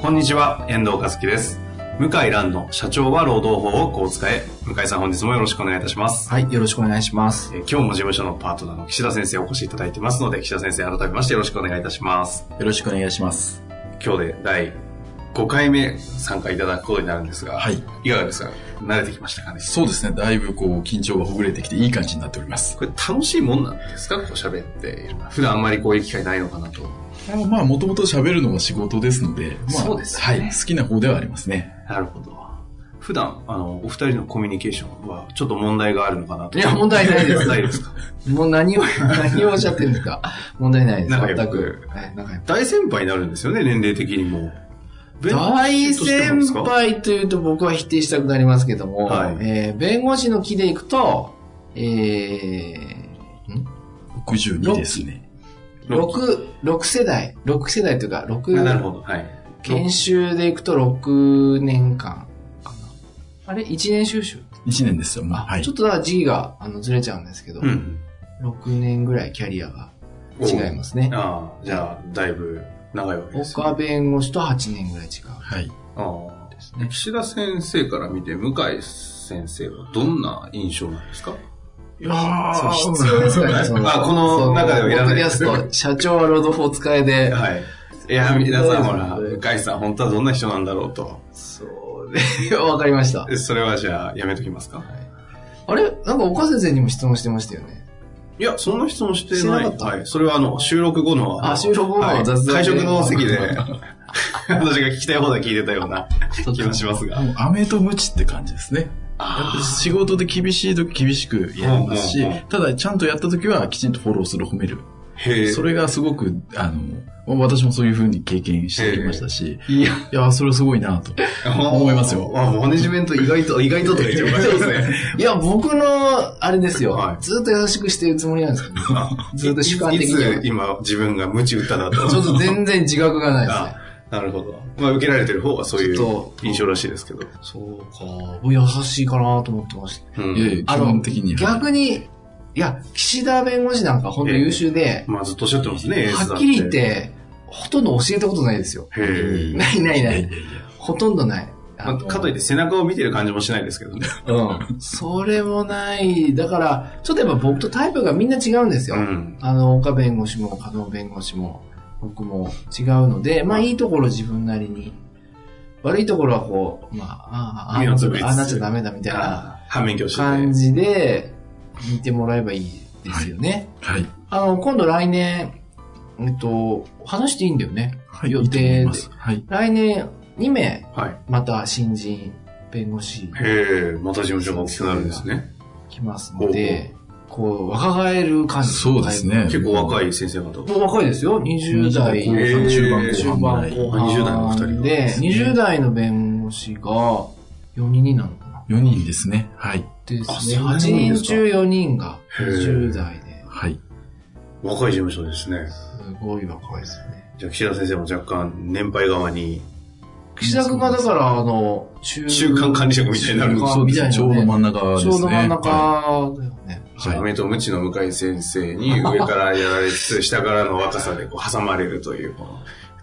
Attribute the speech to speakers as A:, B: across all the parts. A: こんにちは、遠藤和樹です。向井蘭の社長は労働法をこう使え。向井さん本日もよろしくお願いいたします。
B: はい、よろしくお願いします。
A: えー今日も事務所のパートナーの岸田先生お越しいただいてますので、岸田先生改めましてよろしくお願いいたします。
B: よろしくお願いします。
A: 今日で第5回目参加いただくことになるんですが、
B: はい。
A: いかがですか慣れてきましたかね
B: そうですね、だいぶこう、緊張がほぐれてきていい感じになっております。
A: これ楽しいもんなんですかこう喋っている。普段あんまりこういう機会ないのかなと。
B: あのまあ、もともと喋るのが仕事ですので、まあ、
A: そうですね
B: はい、好きな方ではありますね。
A: なるほど。普段、あの、お二人のコミュニケーションはちょっと問題があるのかなと。
C: いや問題な いです
A: ないですか
C: もう何を、 何をおっしゃってるんですか問題ないです。
A: 仲良
C: 全
A: く
C: く。はい仲良く
A: 大先輩になるんですよね、年齢的にも。
C: 大先
A: は
C: 輩というと僕は否定したくなりますけども、
A: はい
C: えー弁護士の木でいくと、えー、
B: 62ですね。
C: 6、六世代、6世代というか、
A: いなる
C: 6、
A: ほど。はい。
C: 研修でいくと6年間かな。あれ ?1 年修習、
B: 1年ですよ、まあ。はい
C: ちょ。っとだから時期があのずれちゃうんですけど、
A: うん。
C: 6年ぐらいキャリアが違いますね。
A: ああ、じゃあ、だいぶ長いわけですね。
C: 岡弁護士と8年ぐらい違う。
B: はい。
A: ああ
C: すね
A: 岸田先生から見て、向井先生はどんな印象なんですか
B: いやー
C: そう必要ですからね、そ
A: あこの中ではいらない
C: ポッドキャスト、社長はロード4使いで、
A: はい。いや、皆さんほら、向井さん本当はどんな人なんだろうと。
C: そう ね、わかりました。
A: それはじゃあ、やめときますか
C: あれなんか岡先生にも質問してましたよね。
A: いや、そんな質問して
C: して
A: な。
C: ないかった
A: はい。それはあの、収録後の。
C: あ収録後の
A: はい
C: 雑談
A: 会
C: で
A: 食の席 で、 私が聞きたい方だけ聞いてたような気がしますが。
B: もう飴とムチって感じですね。やっぱり仕事で厳しい時厳しくやりますし
A: うんうんうん、
B: ただちゃんとやった時はきちんとフォローする褒める。
A: へえ
B: それがすごく、あの、私もそういうふうに経験してきましたし、
A: いや、
B: いやーそれはすごいなと。思いますよ
A: あマネジメント意外と、意外ととか言っちゃいますね。
C: いや、僕の、あれですよ、
A: はい
C: ずっと優しくしてるつもりなんですけど、ずっ と主観的
A: いついつ
C: に。
A: 今自分が無知打ったなと。
C: ちょっと全然自覚がないですね。
A: なるほど。まあ受けられてる方はそうい
C: ち
A: う
C: ょっと
A: 印象らしいですけど。
C: そうか。僕優しいかなと思ってました。
A: うん
B: いやいや基本的に。はい
C: 逆に、いや、岸田弁護士なんか本当優秀で、
A: まあずっとおっしゃってますね、エースだ
C: はっきり言っ。て、ほとんど教えたことないですよ。
A: へえ。
C: ないないない
B: や
C: い
B: いや。いや
C: ほとんどない。
A: まあ、かとい
C: い
A: って背中を見てる感じもしないですけどね。
C: うん。それもない。だから、ちょっとやっぱ僕とタイプがみんな違うんですよ。
A: うん。
C: あの、岡弁護士も加納弁護士も、僕も違うので、まあいいところ自分なりに。悪いところはこう、まあ、ああ、ああ
A: 目をつぶりつつ
C: ああなっちゃダメだみたいな
A: ああ、反面教師で。
C: 感じで、見てもらえばいいですよね。
B: はい。
C: あの、今度来年、えっと、話していいんだよね。
B: はい。
C: 予
B: いいと思い
C: 定で
B: ま。すはい。
C: 来年2名、
A: はい。
C: また新人弁護士
A: へえ、また事務所が大きくなるんですね。
C: 来ますので、こう、若返る感じ。
B: そうですね。
A: 結構
B: い。
A: 若い先生方。
C: もう若いですよ。20代
B: 後半、
A: へー
B: 中盤、
C: 中
B: 後半
C: 盤
B: ぐらい。
C: 後半。
A: 20代の二人が
C: で、
B: ね
C: 20代の弁護士が4人になるのかな。
B: 4人ですね。はい。
C: ですね。
A: あ
C: 8
A: そうなんで
C: 人
A: すか
C: 中4人が
A: へー
C: 20代で、
B: はい。
A: 若い事務所ですね。
C: すごい若いですよね。
A: じゃあ、岸田先生も若干年配側に。
C: 岸田君がだから、あの、中
A: 中間管理職みたいになる
C: 中間
B: そうですね。
C: み
B: ち
C: たい
B: ょう
C: な
B: ど
C: ね
B: 真ん中です
C: ち
B: ね。
C: ょうど真ん
B: は
C: 中だよね。
B: いはい。
A: 目とムチの向井先生に上からやられつつ、下からの若さでこう挟まれるという、この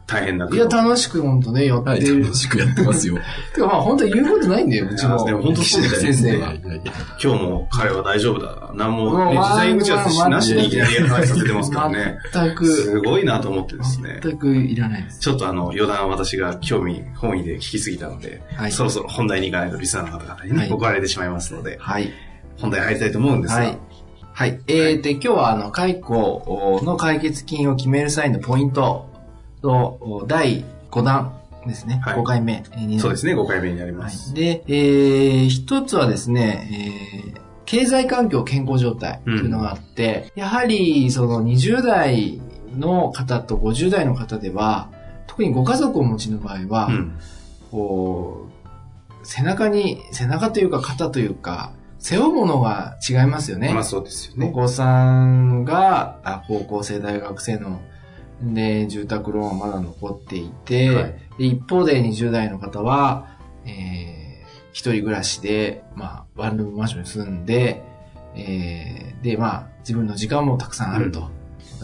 A: 大変な苦
C: い
A: 労
C: や、楽しく本当ね、やっ
B: はい。
C: てる
B: 楽。しくやって ますよ。は
C: てかまあ本当に言うことないんだよ、うちの。
A: でも本当そうだよね
C: 先生
B: い
C: が。
B: はい
A: 今日も彼は大丈夫だ。何も、ね、
C: うん
A: 事前打ち合わせなし
C: まあ
A: にいきなり話させてますからね。
C: 全く、
A: すごいなと思ってですね。
C: 全くいらないです。
A: ちょっとあの、余談は私が興味本位で聞きすぎたので、
C: はい
A: そろそろ本題に行かないとリスナーの方々にね、
C: はい
A: 怒られてしまいますので、
C: はい。
A: 本題入りたいと思うんですが、
C: はい。はい。えー、で、今日は、あの、解雇の解決金を決める際のポイントのお第5弾ですね。
A: はい
C: 5回目えーになります。
A: そうですね、5回目になり
C: は
A: ます。
C: い。で、えー、一つはですね、えー経済環境健康状態というのがあって、やはりその20代の方と50代の方では、特にご家族をお持ちの場合は、
A: うん。
C: こう、背中に、背中というか肩というか、背負うものが違いますよね。
A: まあそうですよ
C: お
A: ね。
C: 子さんが、あ高校生、大学生の、で、住宅ローンはまだ残っていて、
A: はい
C: で一方で20代の方は、えー一人暮らしで、まあ、ワンルームマンションに住んで、えーで、まあ、自分の時間もたくさんあると。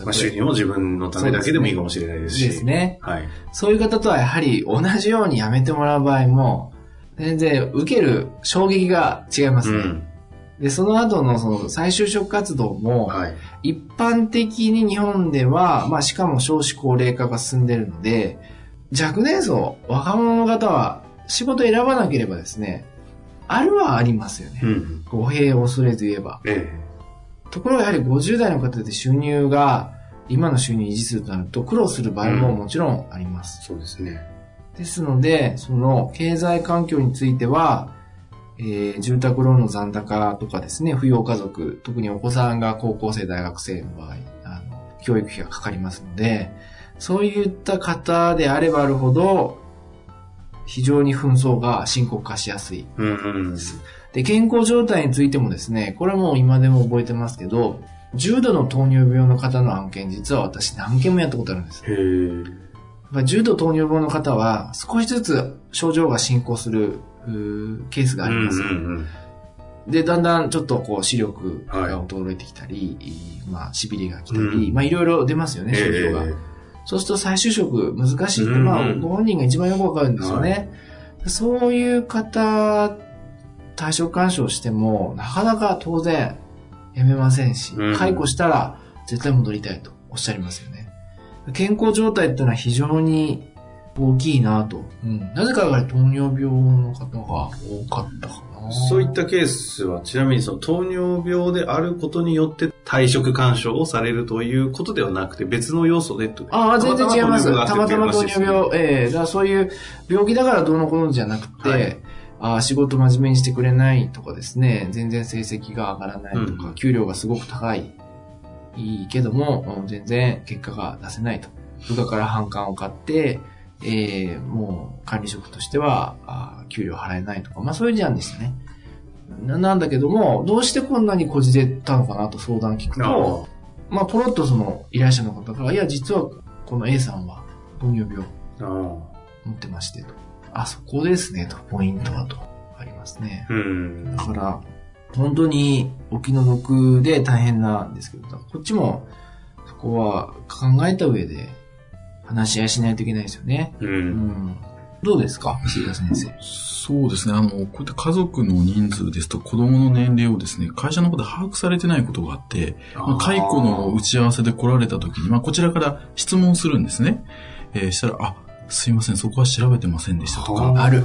A: まあ収入を自分のためだけでもいいかもしれないですし。
C: です。ね。
A: はい。
C: そういう方とはやはり同じようにやめてもらう場合も、全然受ける衝撃が違いますね。
A: ん。
C: で、その後のその再就職活動も、
A: はい。
C: 一般的に日本では、まあ、しかも少子高齢化が進んでいるので、若年層、若者の方は仕事を選ばなければですね、あるはありますよね。
A: うん。
C: 語弊を恐れず言えば。
A: ええ。
C: ところがやはり50代の方で収入が、今の収入を維持するとなると苦労する場合ももちろんあります。
A: そうですね。
C: ですので、その経済環境については、えー住宅ローンの残高とかですね、扶養家族、特にお子さんが高校生、大学生の場合、あの教育費がかかりますので、そういった方であればあるほど、非常に紛争が深刻化しやすい
A: うんうん。
C: で、健康状態についてもですね、これも今でも覚えてますけど、重度の糖尿病の方の案件、実は私何件もやったことあるんです。
A: へえ。
C: まあ、重度糖尿病の方は少しずつ症状が進行するうーケースがあります、
A: うん
C: で、だんだんちょっとこう視力が衰えてきたり、まあ、しびれがきたり、
A: うん
C: まあ、いろいろ出ますよ
A: う
C: ね、
A: ん。
C: 症
A: え
C: 状が。そうすると再就職難しいって、ま
A: うん
C: あ、
A: うん
C: ご本人が一番よくわかるんですよね。そういう方、対象干渉しても、なかなか当然やめませんし
A: うん、
C: 解雇したら絶対戻りたいとおっしゃりますよね。健康状態ってのは非常に大きいなと。うんなぜかやはり糖尿病の方が多かったかな。
A: そういったケースは、ちなみにその糖尿病であることによって退職干渉をされるということではなくて、別の要素でと。
C: ああ、全然違います。た
A: たま
C: また
A: た
C: ま
A: ま糖
C: 糖
A: 尿
C: 尿
A: 病があっ
C: 病、ええだからそういう病気だからどうのこうのじゃなくて、
A: はい
C: ああ仕事真面目にしてくれないとかですね、全然成績が上がらないとか、
A: うん
C: 給料がすごく高い、いいけども、うん全然結果が出せないと。部下から反感を買って、ええもう管理職としては、ああ給料払えないとか、まあそういう事案でしたね。ななんだけども、どうしてこんなにこじれたのかなと相談聞く
A: あ
C: と、まあ、ポロッとその依頼者の方から、いや、実はこの A さんは糖尿病
A: ああ
C: 持ってましてと。あ、そこですねと、ポイントはと。ありますね。
A: うん
C: だ。から、本当にお気の毒で大変なんですけど、こっちもそこは考えた上で話し合いしないといけないですよね。
A: う。
C: うんん。どうですか石 田先生。
B: そうですね。あの、こういった家族の人数ですと子供の年齢をですね、会社の方で把握されてないことがあって、まあ、解雇の打ち合わせで来られた時に、まあ、こちらから質問するんですね。えーしたら、あ、すいません、そこは調べてませんでしたとか。
C: ある。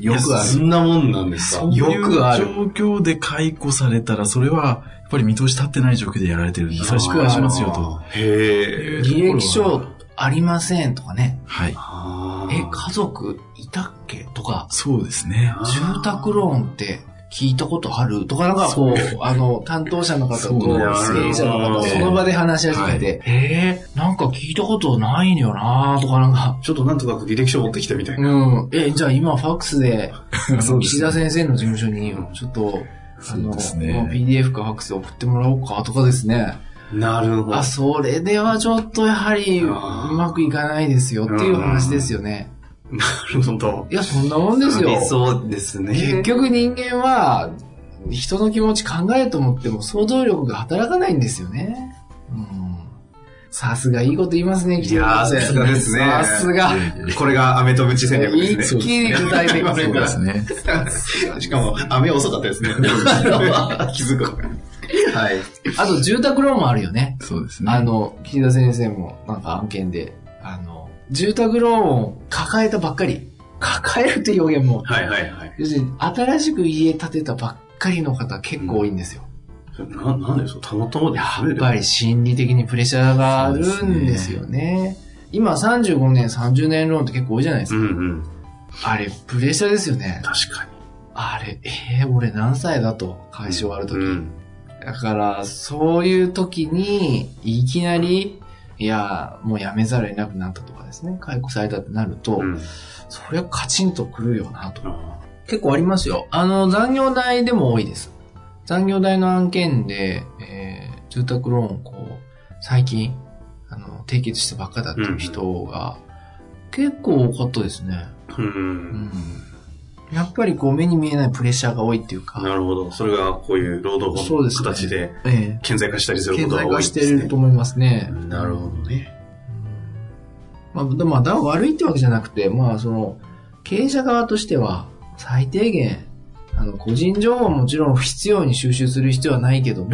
A: よ
C: よ
A: く
C: く
A: あ
C: あ
A: る。
C: る
A: そんなもんなんですか
B: そういう
C: よくある
B: 状況で解雇されたら、それは、やっぱり見通し立ってない状況でやられてるんで、それは失敗しますよと。。
A: へえ。
C: 履歴書ありませんとかね。
B: はい。
A: ああ
C: え、家族いたっけとか。
B: そうですね。
C: 住宅ローンって聞いたことあるとかなんかこう、あの、担当者の方
B: そ
C: と
B: う
C: 経
B: なん
A: ですよ
C: 営者の方とその場で話し始めて、えー、なんか聞いたことないよなとかなんか、
A: ちょっとなんとなく履歴書持ってきたみたいな。
C: うん、え、じゃあ今ファックス で、
B: そうです
C: 石田先生の事務所に
A: うん、
C: ちょっと、あ
B: そう
C: の、
B: です
C: まあ
B: ね。
C: PDF かファックスで送ってもらおうかとかですね。
A: なるほ
C: あ、それではちょっとやはり、う
A: あー
C: まくいかないですよっていう話ですよね。
A: なるほど。
C: いや、そんなもんですよ。
A: ありそうですね。
C: 結局人間は人の気持ち考えると思っても想像力が働かないんですよね。うん。さすがいいこと言いますね、
A: いやー
C: 北村先生
A: さすがですね
C: さすが。
A: これがアメとムチ戦略
C: 一
A: ですね。
C: 気に具体的
A: そう
B: そうで
C: です
B: すね。
A: しかも、雨遅かったですね。気づくのが。はい。
C: あと住宅ローンもあるよね。
B: そうです
C: あ
B: ね。
C: の、岸田先生もなんか案件で、あの、住宅ローンを抱えたばっかり。抱えるって表現も、
A: はいはいはい。
C: 要するに新しく家建てたばっかりの方結構多いんですよ。
A: な、なんでしょうたまたまで
C: や
A: 食べ
C: っぱり心理的にプレッシャーがあるんですよね。今35年、30年ローンって結構多いじゃないです
A: う
C: か。
A: んうん。
C: あれ、プレッシャーですよね。
A: 確かに。
C: あれ、えー、俺何歳だと、会社終わるとき。
A: うん。
C: だから、そういう時に、いきなり、いやー、もうやめざるを得なくなったとかですね、解雇されたってなると、
A: うん
C: それはカチンとくるよなと。
A: あ
C: 結構ありますよ。あの、残業代でも多いです。残業代の案件で、えー住宅ローンをこう、最近、あの、締結したばっかだっていう人が、結構多かったですね。
A: ーう。
C: うんん。やっぱりこう、目に見えないプレッシャーが多いっていう
A: な
C: か、
A: るほど。それがこういう労働法
C: そう
A: の
C: ですね
A: 形で
C: え
A: 顕在化したりす
C: え
A: るこ
C: 顕
A: とが
C: 在
A: 多
C: 化
A: い
C: し
A: で
C: て
A: す
C: る
A: ね
C: と。思いますね。
A: なるほどね。
C: まあ、でも、だ悪いってわけじゃなくて、まあ、その、経営者側としては、最低限、あの、個人情報はもちろん不必要に収集する必要はないけども、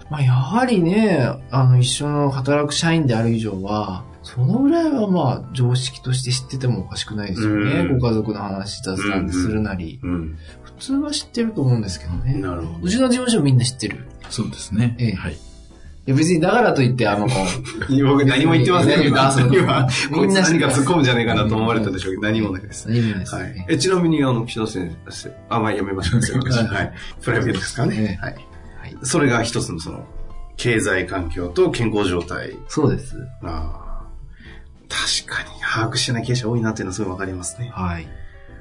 A: え
C: まあ、やはりね、あの、一緒の働く社員である以上は、そのぐらいはまあ、常識として知っててもおかしくないですよね。
A: うん
C: ご家族の話雑談でするなり、
A: うん。
C: 普通は知ってると思うんですけどね。
A: なるほ
C: うちの事務所みんな知ってる。
B: そうですね。
C: ええ
B: はい。
C: いや、別にだからといって、あの、
A: ど。僕何も言ってませんよ。
C: 何も言ってま
A: 今、
C: せん
A: こいつ何か突っ込むんじゃないかなと思われたでしょうけど、何もないです。
C: 何もです
A: は
C: ね。
A: い。え、ちなみに、あの、岸田先生、あ、まあ、やめましょう。すいませんはい。プライベートですからね。
C: え
A: はい。
C: はい
A: それが一つのその、経済環境と健康状態。
C: そうです。
A: あー確かに、把握してない経営者多いなっていうのはすごいわかりますね。
C: はい。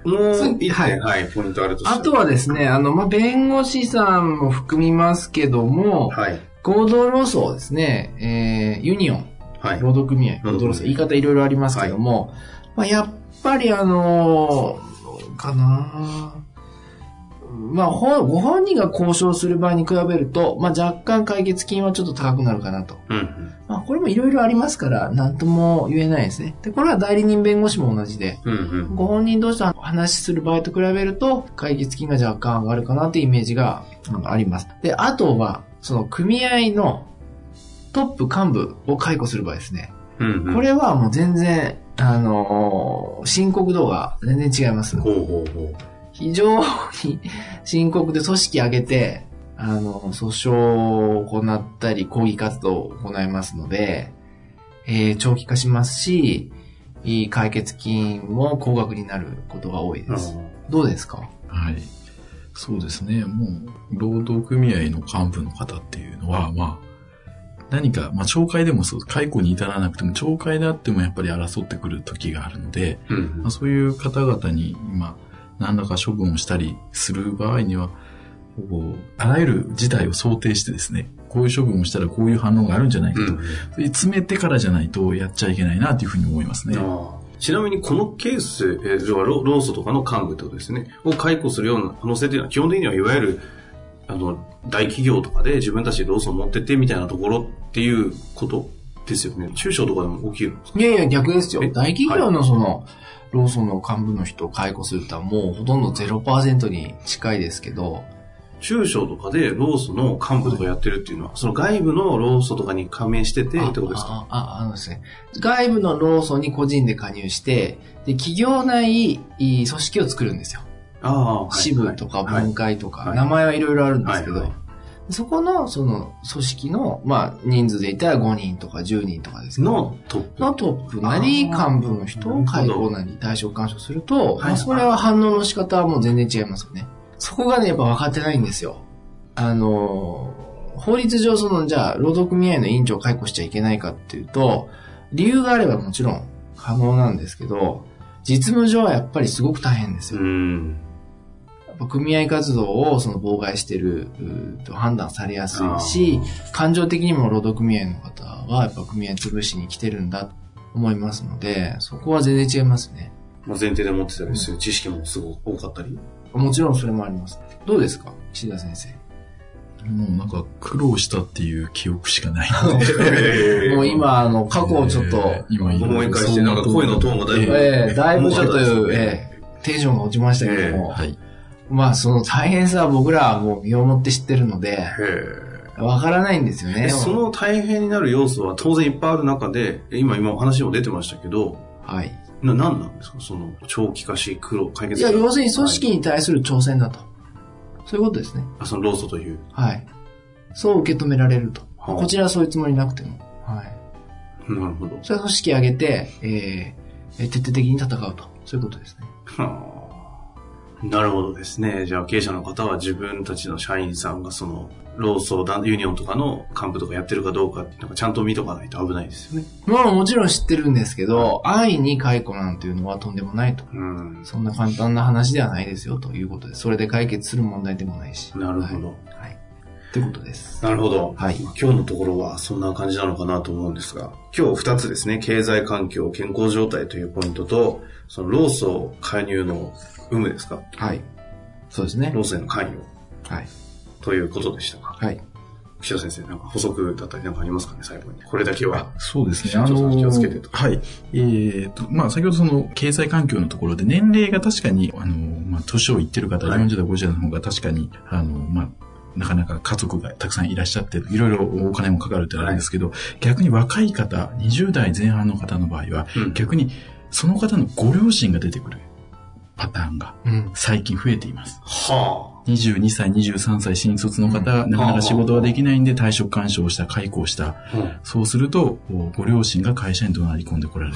A: も
C: そうう
A: 一点、
C: は
A: はいい、ポイントあるとしたら
C: あとはですね、あの、まあ、弁護士さんも含みますけども、
A: はい。
C: 合同労組ですね、えー、ユニオン、
A: はい。
C: 労働組合、
A: 労働組合
C: 合同労組、言い方いろいろありますけども、まあ、やっぱりあのーかなまあ、ほご本人が交渉する場合に比べると、まあ、若干解決金はちょっと高くなるかなと。
A: うんうん。
C: まあ、これもいろいろありますから、なんとも言えないですね。で、これは代理人弁護士も同じで、
A: うんうん。
C: ご本人同士と話しする場合と比べると、解決金が若干上がるかなというイメージがうんあります。で、あとは、その組合のトップ幹部を解雇する場合ですね。
A: うんうん。
C: これはもう全然、あのー深刻度が全然違います。
A: ほうほうほ。
C: 非常に深刻で組織上げて、あの、訴訟を行ったり、抗議活動を行いますので、えー長期化しますし、いい解決金も高額になることが多いうです。どうですか
B: はい。そうですね。もう、労働組合の幹部の方っていうのは、まあ、何か、まあ、懲戒でもそう、解雇に至らなくても、懲戒であってもやっぱり争ってくる時があるので、
A: うんうん
B: まあ、そういう方々に、まあ、何らか処分をしたりする場合には、こうあらゆる事態を想定してですね、こういう処分をしたらこういう反応があるんじゃないかと、そういう詰めてからじゃないとやっちゃいけないなというふうに思いますね。
A: あーちなみにこのケース、えー、要はロローソとかの幹部ってことですね、を解雇するような可能性というのは、基本的にはいわゆるあの大企業とかで自分たちでローソン持ってってみたいなところっていうことですよね。中小とかでも起きるんです
C: いやいや、逆ですよ
A: え。
C: 大企業のその、ローソンの幹部の人を解雇するとはもうほとんど0%に近いですけど、
A: 中小とかでローソの幹部とかやってるっていうのは、その外部のローソとかに加盟しててってことですか
C: ああああのですね。外部の労組に個人で加入して、で、企業内いい組織を作るんですよ。
A: ああ、はい
C: 支部とか
A: はい
C: 分会とか、
A: はい
C: 名前はいろいろあるんですけど、
A: はいはい
C: そこの、その、組織の、まあ、人数で言ったら5人とか10人とかですけど、
A: のトップ。
C: のトップなり、
A: あー
C: 幹部の人を解雇なり、対象干渉すると、
A: はい
C: まあ、それは反応の仕方はもう全然違いますよね。そこがね、やっぱ分かってないんですよ。あのー、法律上その、じゃあ、労働組合の委員長を解雇しちゃいけないかっていうと、理由があればもちろん可能なんですけど、実務上はやっぱりすごく大変ですよ。
A: うん。
C: やっぱ組合活動をその妨害してるうーと判断されやすいし、感情的にも労働組合の方はやっぱ組合潰しに来てるんだと思いますので、そこは全然違いますね。
A: まあ、前提で持ってたりする知識もすごく多かった り。
C: もちろんそれもあります。どうですか岸田先生。
B: もうなんか苦労したっていう記憶しかないの で。
C: もう今、あの、過去をちょっと、
B: えー今
A: 思い返して、なんか声のトーンがだいぶ。
C: ええだいぶちょっと
A: 面白かたです
C: えテンションが落ちましたけども、
B: はい。
C: まあその大変さは僕らはもう身をもって知ってるので、
A: へ
C: わからないんですよ
A: え
C: ね。
A: その大変になる要素は当然いっぱいある中で、今、今お話にも出てましたけど、
C: はい。
A: な、何なんですかその、長期化し、苦労、解決
C: いや、要するに組
A: はい
C: 織に対する挑戦だと。そういうことですね。
A: あ、その労組という。
C: はい。そう受け止められると。
A: はあ
C: こちらはそういうつもりなくても。はい。
A: なるほど。
C: それは組織上げて、えーえー徹底的に戦うと。そういうことですね。
A: はなるほどですね。じゃあ経営者の方は自分たちの社員さんがその、労組団ユニオンとかの幹部とかやってるかどうかっていうのがちゃんと見とかないと危ないですよね。
C: まあもちろん知ってるんですけど、安易に解雇なんていうのはとんでもないと。
A: うん。
C: そんな簡単な話ではないですよということで、それで解決する問題でもないし。
A: なるほど。
C: はい。はい。ってことです。
A: なるほど。
C: はい。
A: 今日のところはそんな感じなのかなと思うんですが、今日2つですね、経済環境、健康状態というポイントと、その労組加入の有無ですか
C: はい。そうですね。
A: 労組への関与
C: はい。
A: ということでしたか。
C: はい。
A: 岸田先生、なんか補足だったりなんかありますかね、最後に。これだけは。
B: そうですね。
A: 社長さん
B: あの
A: 気をつけてと
B: はい。えーと、まあ、先ほどその、経済環境のところで、年齢が確かに、あの、まあ、年をいってる方、
A: はい
B: 40代、50代の方が確かに、あの、まあ、なかなか家族がたくさんいらっしゃって、いろいろお金もかかるってあるんですけど、逆に若い方、20代前半の方の場合は、
A: うん
B: 逆に、その方のご両親が出てくるパターンが
C: うん。
B: 最近増えています。
A: は
B: 22歳、23歳、新卒の方、なかなか仕事はできないんで、退職勧奨をした、解雇をした、
A: あ。うん
B: そうすると、こうご両親が会社に怒鳴り込んでこられ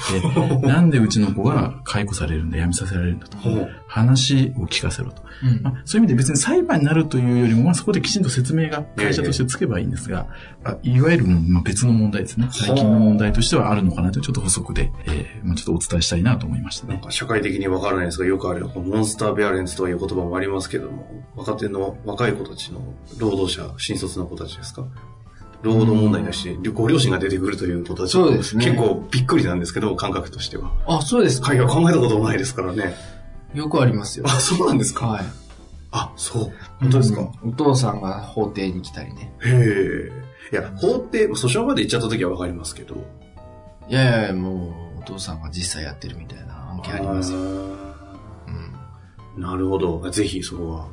B: て、なんでうちの子が解雇されるんだ、辞めさせられるんだと。
A: ほう
B: 話を聞かせろと。
C: うん
B: まあ、そういう意味で別に裁判になるというよりも、まあ、そこできちんと説明が会社としてつけばいいんですが、あいわゆるまあ別の問題ですね。最近の問題としてはあるのかなと、ちょっと補足で、えーまあ、ちょっとお伝えしたいなと思いました
A: なん
B: ね。
A: か社会的にわからないですが、よくあるこのモンスターベアレンスという言葉もありますけども、若手の若い子たちの労働者、新卒の子たちですか労働問題に対して、ご両親が出てくるということはちょっと
C: そうですね
A: 結構びっくりなんですけど、感覚としては。
C: あ、そうですか。
A: 会話考えたこともないですからね。
C: よくありますよ
A: あ、。そうなんですか、
C: はい。
A: あ、そう。本当ですか、
C: うんお父さんが法廷に来たりね。
A: へえ。いや、法廷、訴訟まで行っちゃった時はわかりますけど。
C: いやいやいや、もう、お父さんが実際やってるみたいな案件ありますよ。うん。
A: なるほど。ぜひそこは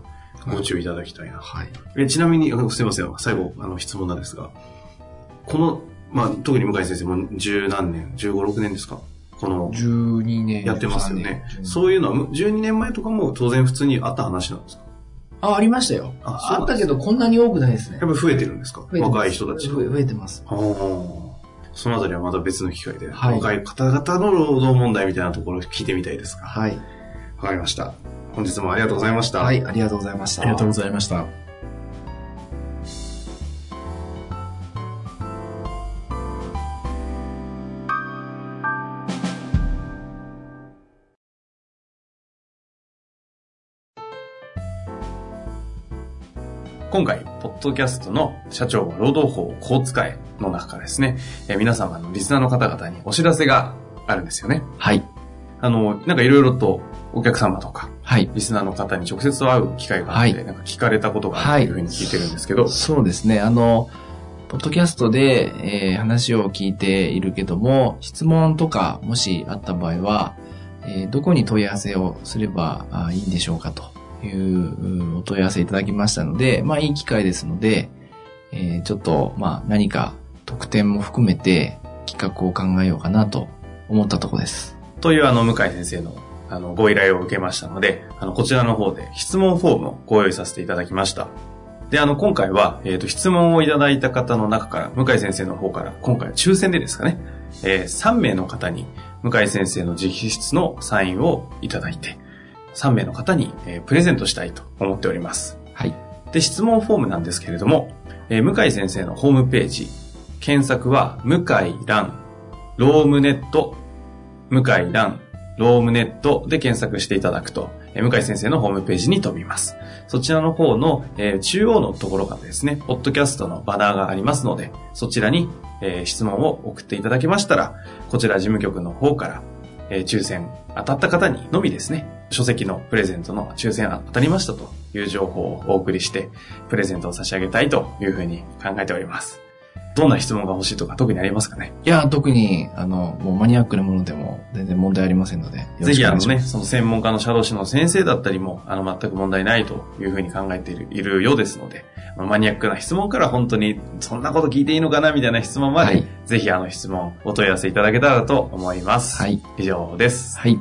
A: ご注意いただきたいな。
C: はい。
A: えちなみに、あのすいません、最後、あの、質問なんですが、この、まあ、特に向井先生も十何年、15、6年ですかこの、
C: 12年。
A: やってますよね
C: 13。年
A: そういうのは、む12年前とかも当然普通にあった話なんですか
C: あ、ありましたよ。
A: あ
C: あ
A: そう
C: っ
A: なん
C: た
A: です
C: けど、こんなに多くないですね
A: やっぱ。り増えてるんですか
C: 増えてます
A: 若い人たちが。
C: 増え増えてます。
A: あーそのあたりはまた別の機会で、
C: はい
A: 若い方々の労働問題みたいなところを聞いてみたいですが。わ、
C: はい。
A: かりました。本日もありがとうございました。
C: はい、ありがとうございました。
B: ありがとうございました。
A: 今回、ポッドキャストの社長は労働法をこう使えの中からですね、えー皆様のリスナーの方々にお知らせがあるんですよね。
C: はい。
A: あの、なんかいろいろとお客様とか、
C: はい。
A: リスナーの方に直接会う機会があって、
C: は
A: なんか聞かれたことがあるというふうに聞いてるんですけど、
C: そうですね。あの、ポッドキャストで、えー話を聞いているけども、質問とかもしあった場合は、えーどこに問い合わせをすればあいいんでしょうかといううんお問い合わせいただきましたので、まあいい機会ですので、えーちょっと、まあ何か特典も含めて企画を考えようかなと思ったとこです。
A: というあの、向井先生のあのご依頼を受けましたので、あの、こちらの方で質問フォームをご用意させていただきました。で、あの、今回は、えっ、と、質問をいただいた方の中から、向井先生の方から、今回は抽選でですかね、えー3名の方に、向井先生の直筆のサインをいただいて、3名の方に、えープレゼントしたいと思っております。
C: はい。
A: で、質問フォームなんですけれども、えー向井先生のホームページ、検索は、向井蘭、ロームネット、向井蘭、ロームネットで検索していただくと、えー向井先生のホームページに飛びます。そちらの方の、えー中央のところからですね、ポッドキャストのバナーがありますので、そちらに、えー質問を送っていただけましたら、こちら事務局の方から、えー抽選当たった方にのみですね、書籍のプレゼントの抽選当たりましたという情報をお送りして、プレゼントを差し上げたいというふうに考えております。どんな質問が欲しいとか特にありますかね
C: いや、特に、あの、もうマニアックなものでも全然問題ありませんので、よ
A: ぜ
C: ろし
A: ひ
C: くお
A: あ
C: 願い
A: の
C: しま
A: ね、
C: す
A: その専門家の社労士の先生だったりも、あの全く問題ないというふうに考えているいるようですので、あのマニアックな質問から本当にそんなこと聞いていいのかなみたいな質問まで、
C: はい
A: ぜひあの質問お問い合わせいただけたらと思います。
C: はい。
A: 以上です。
C: はい。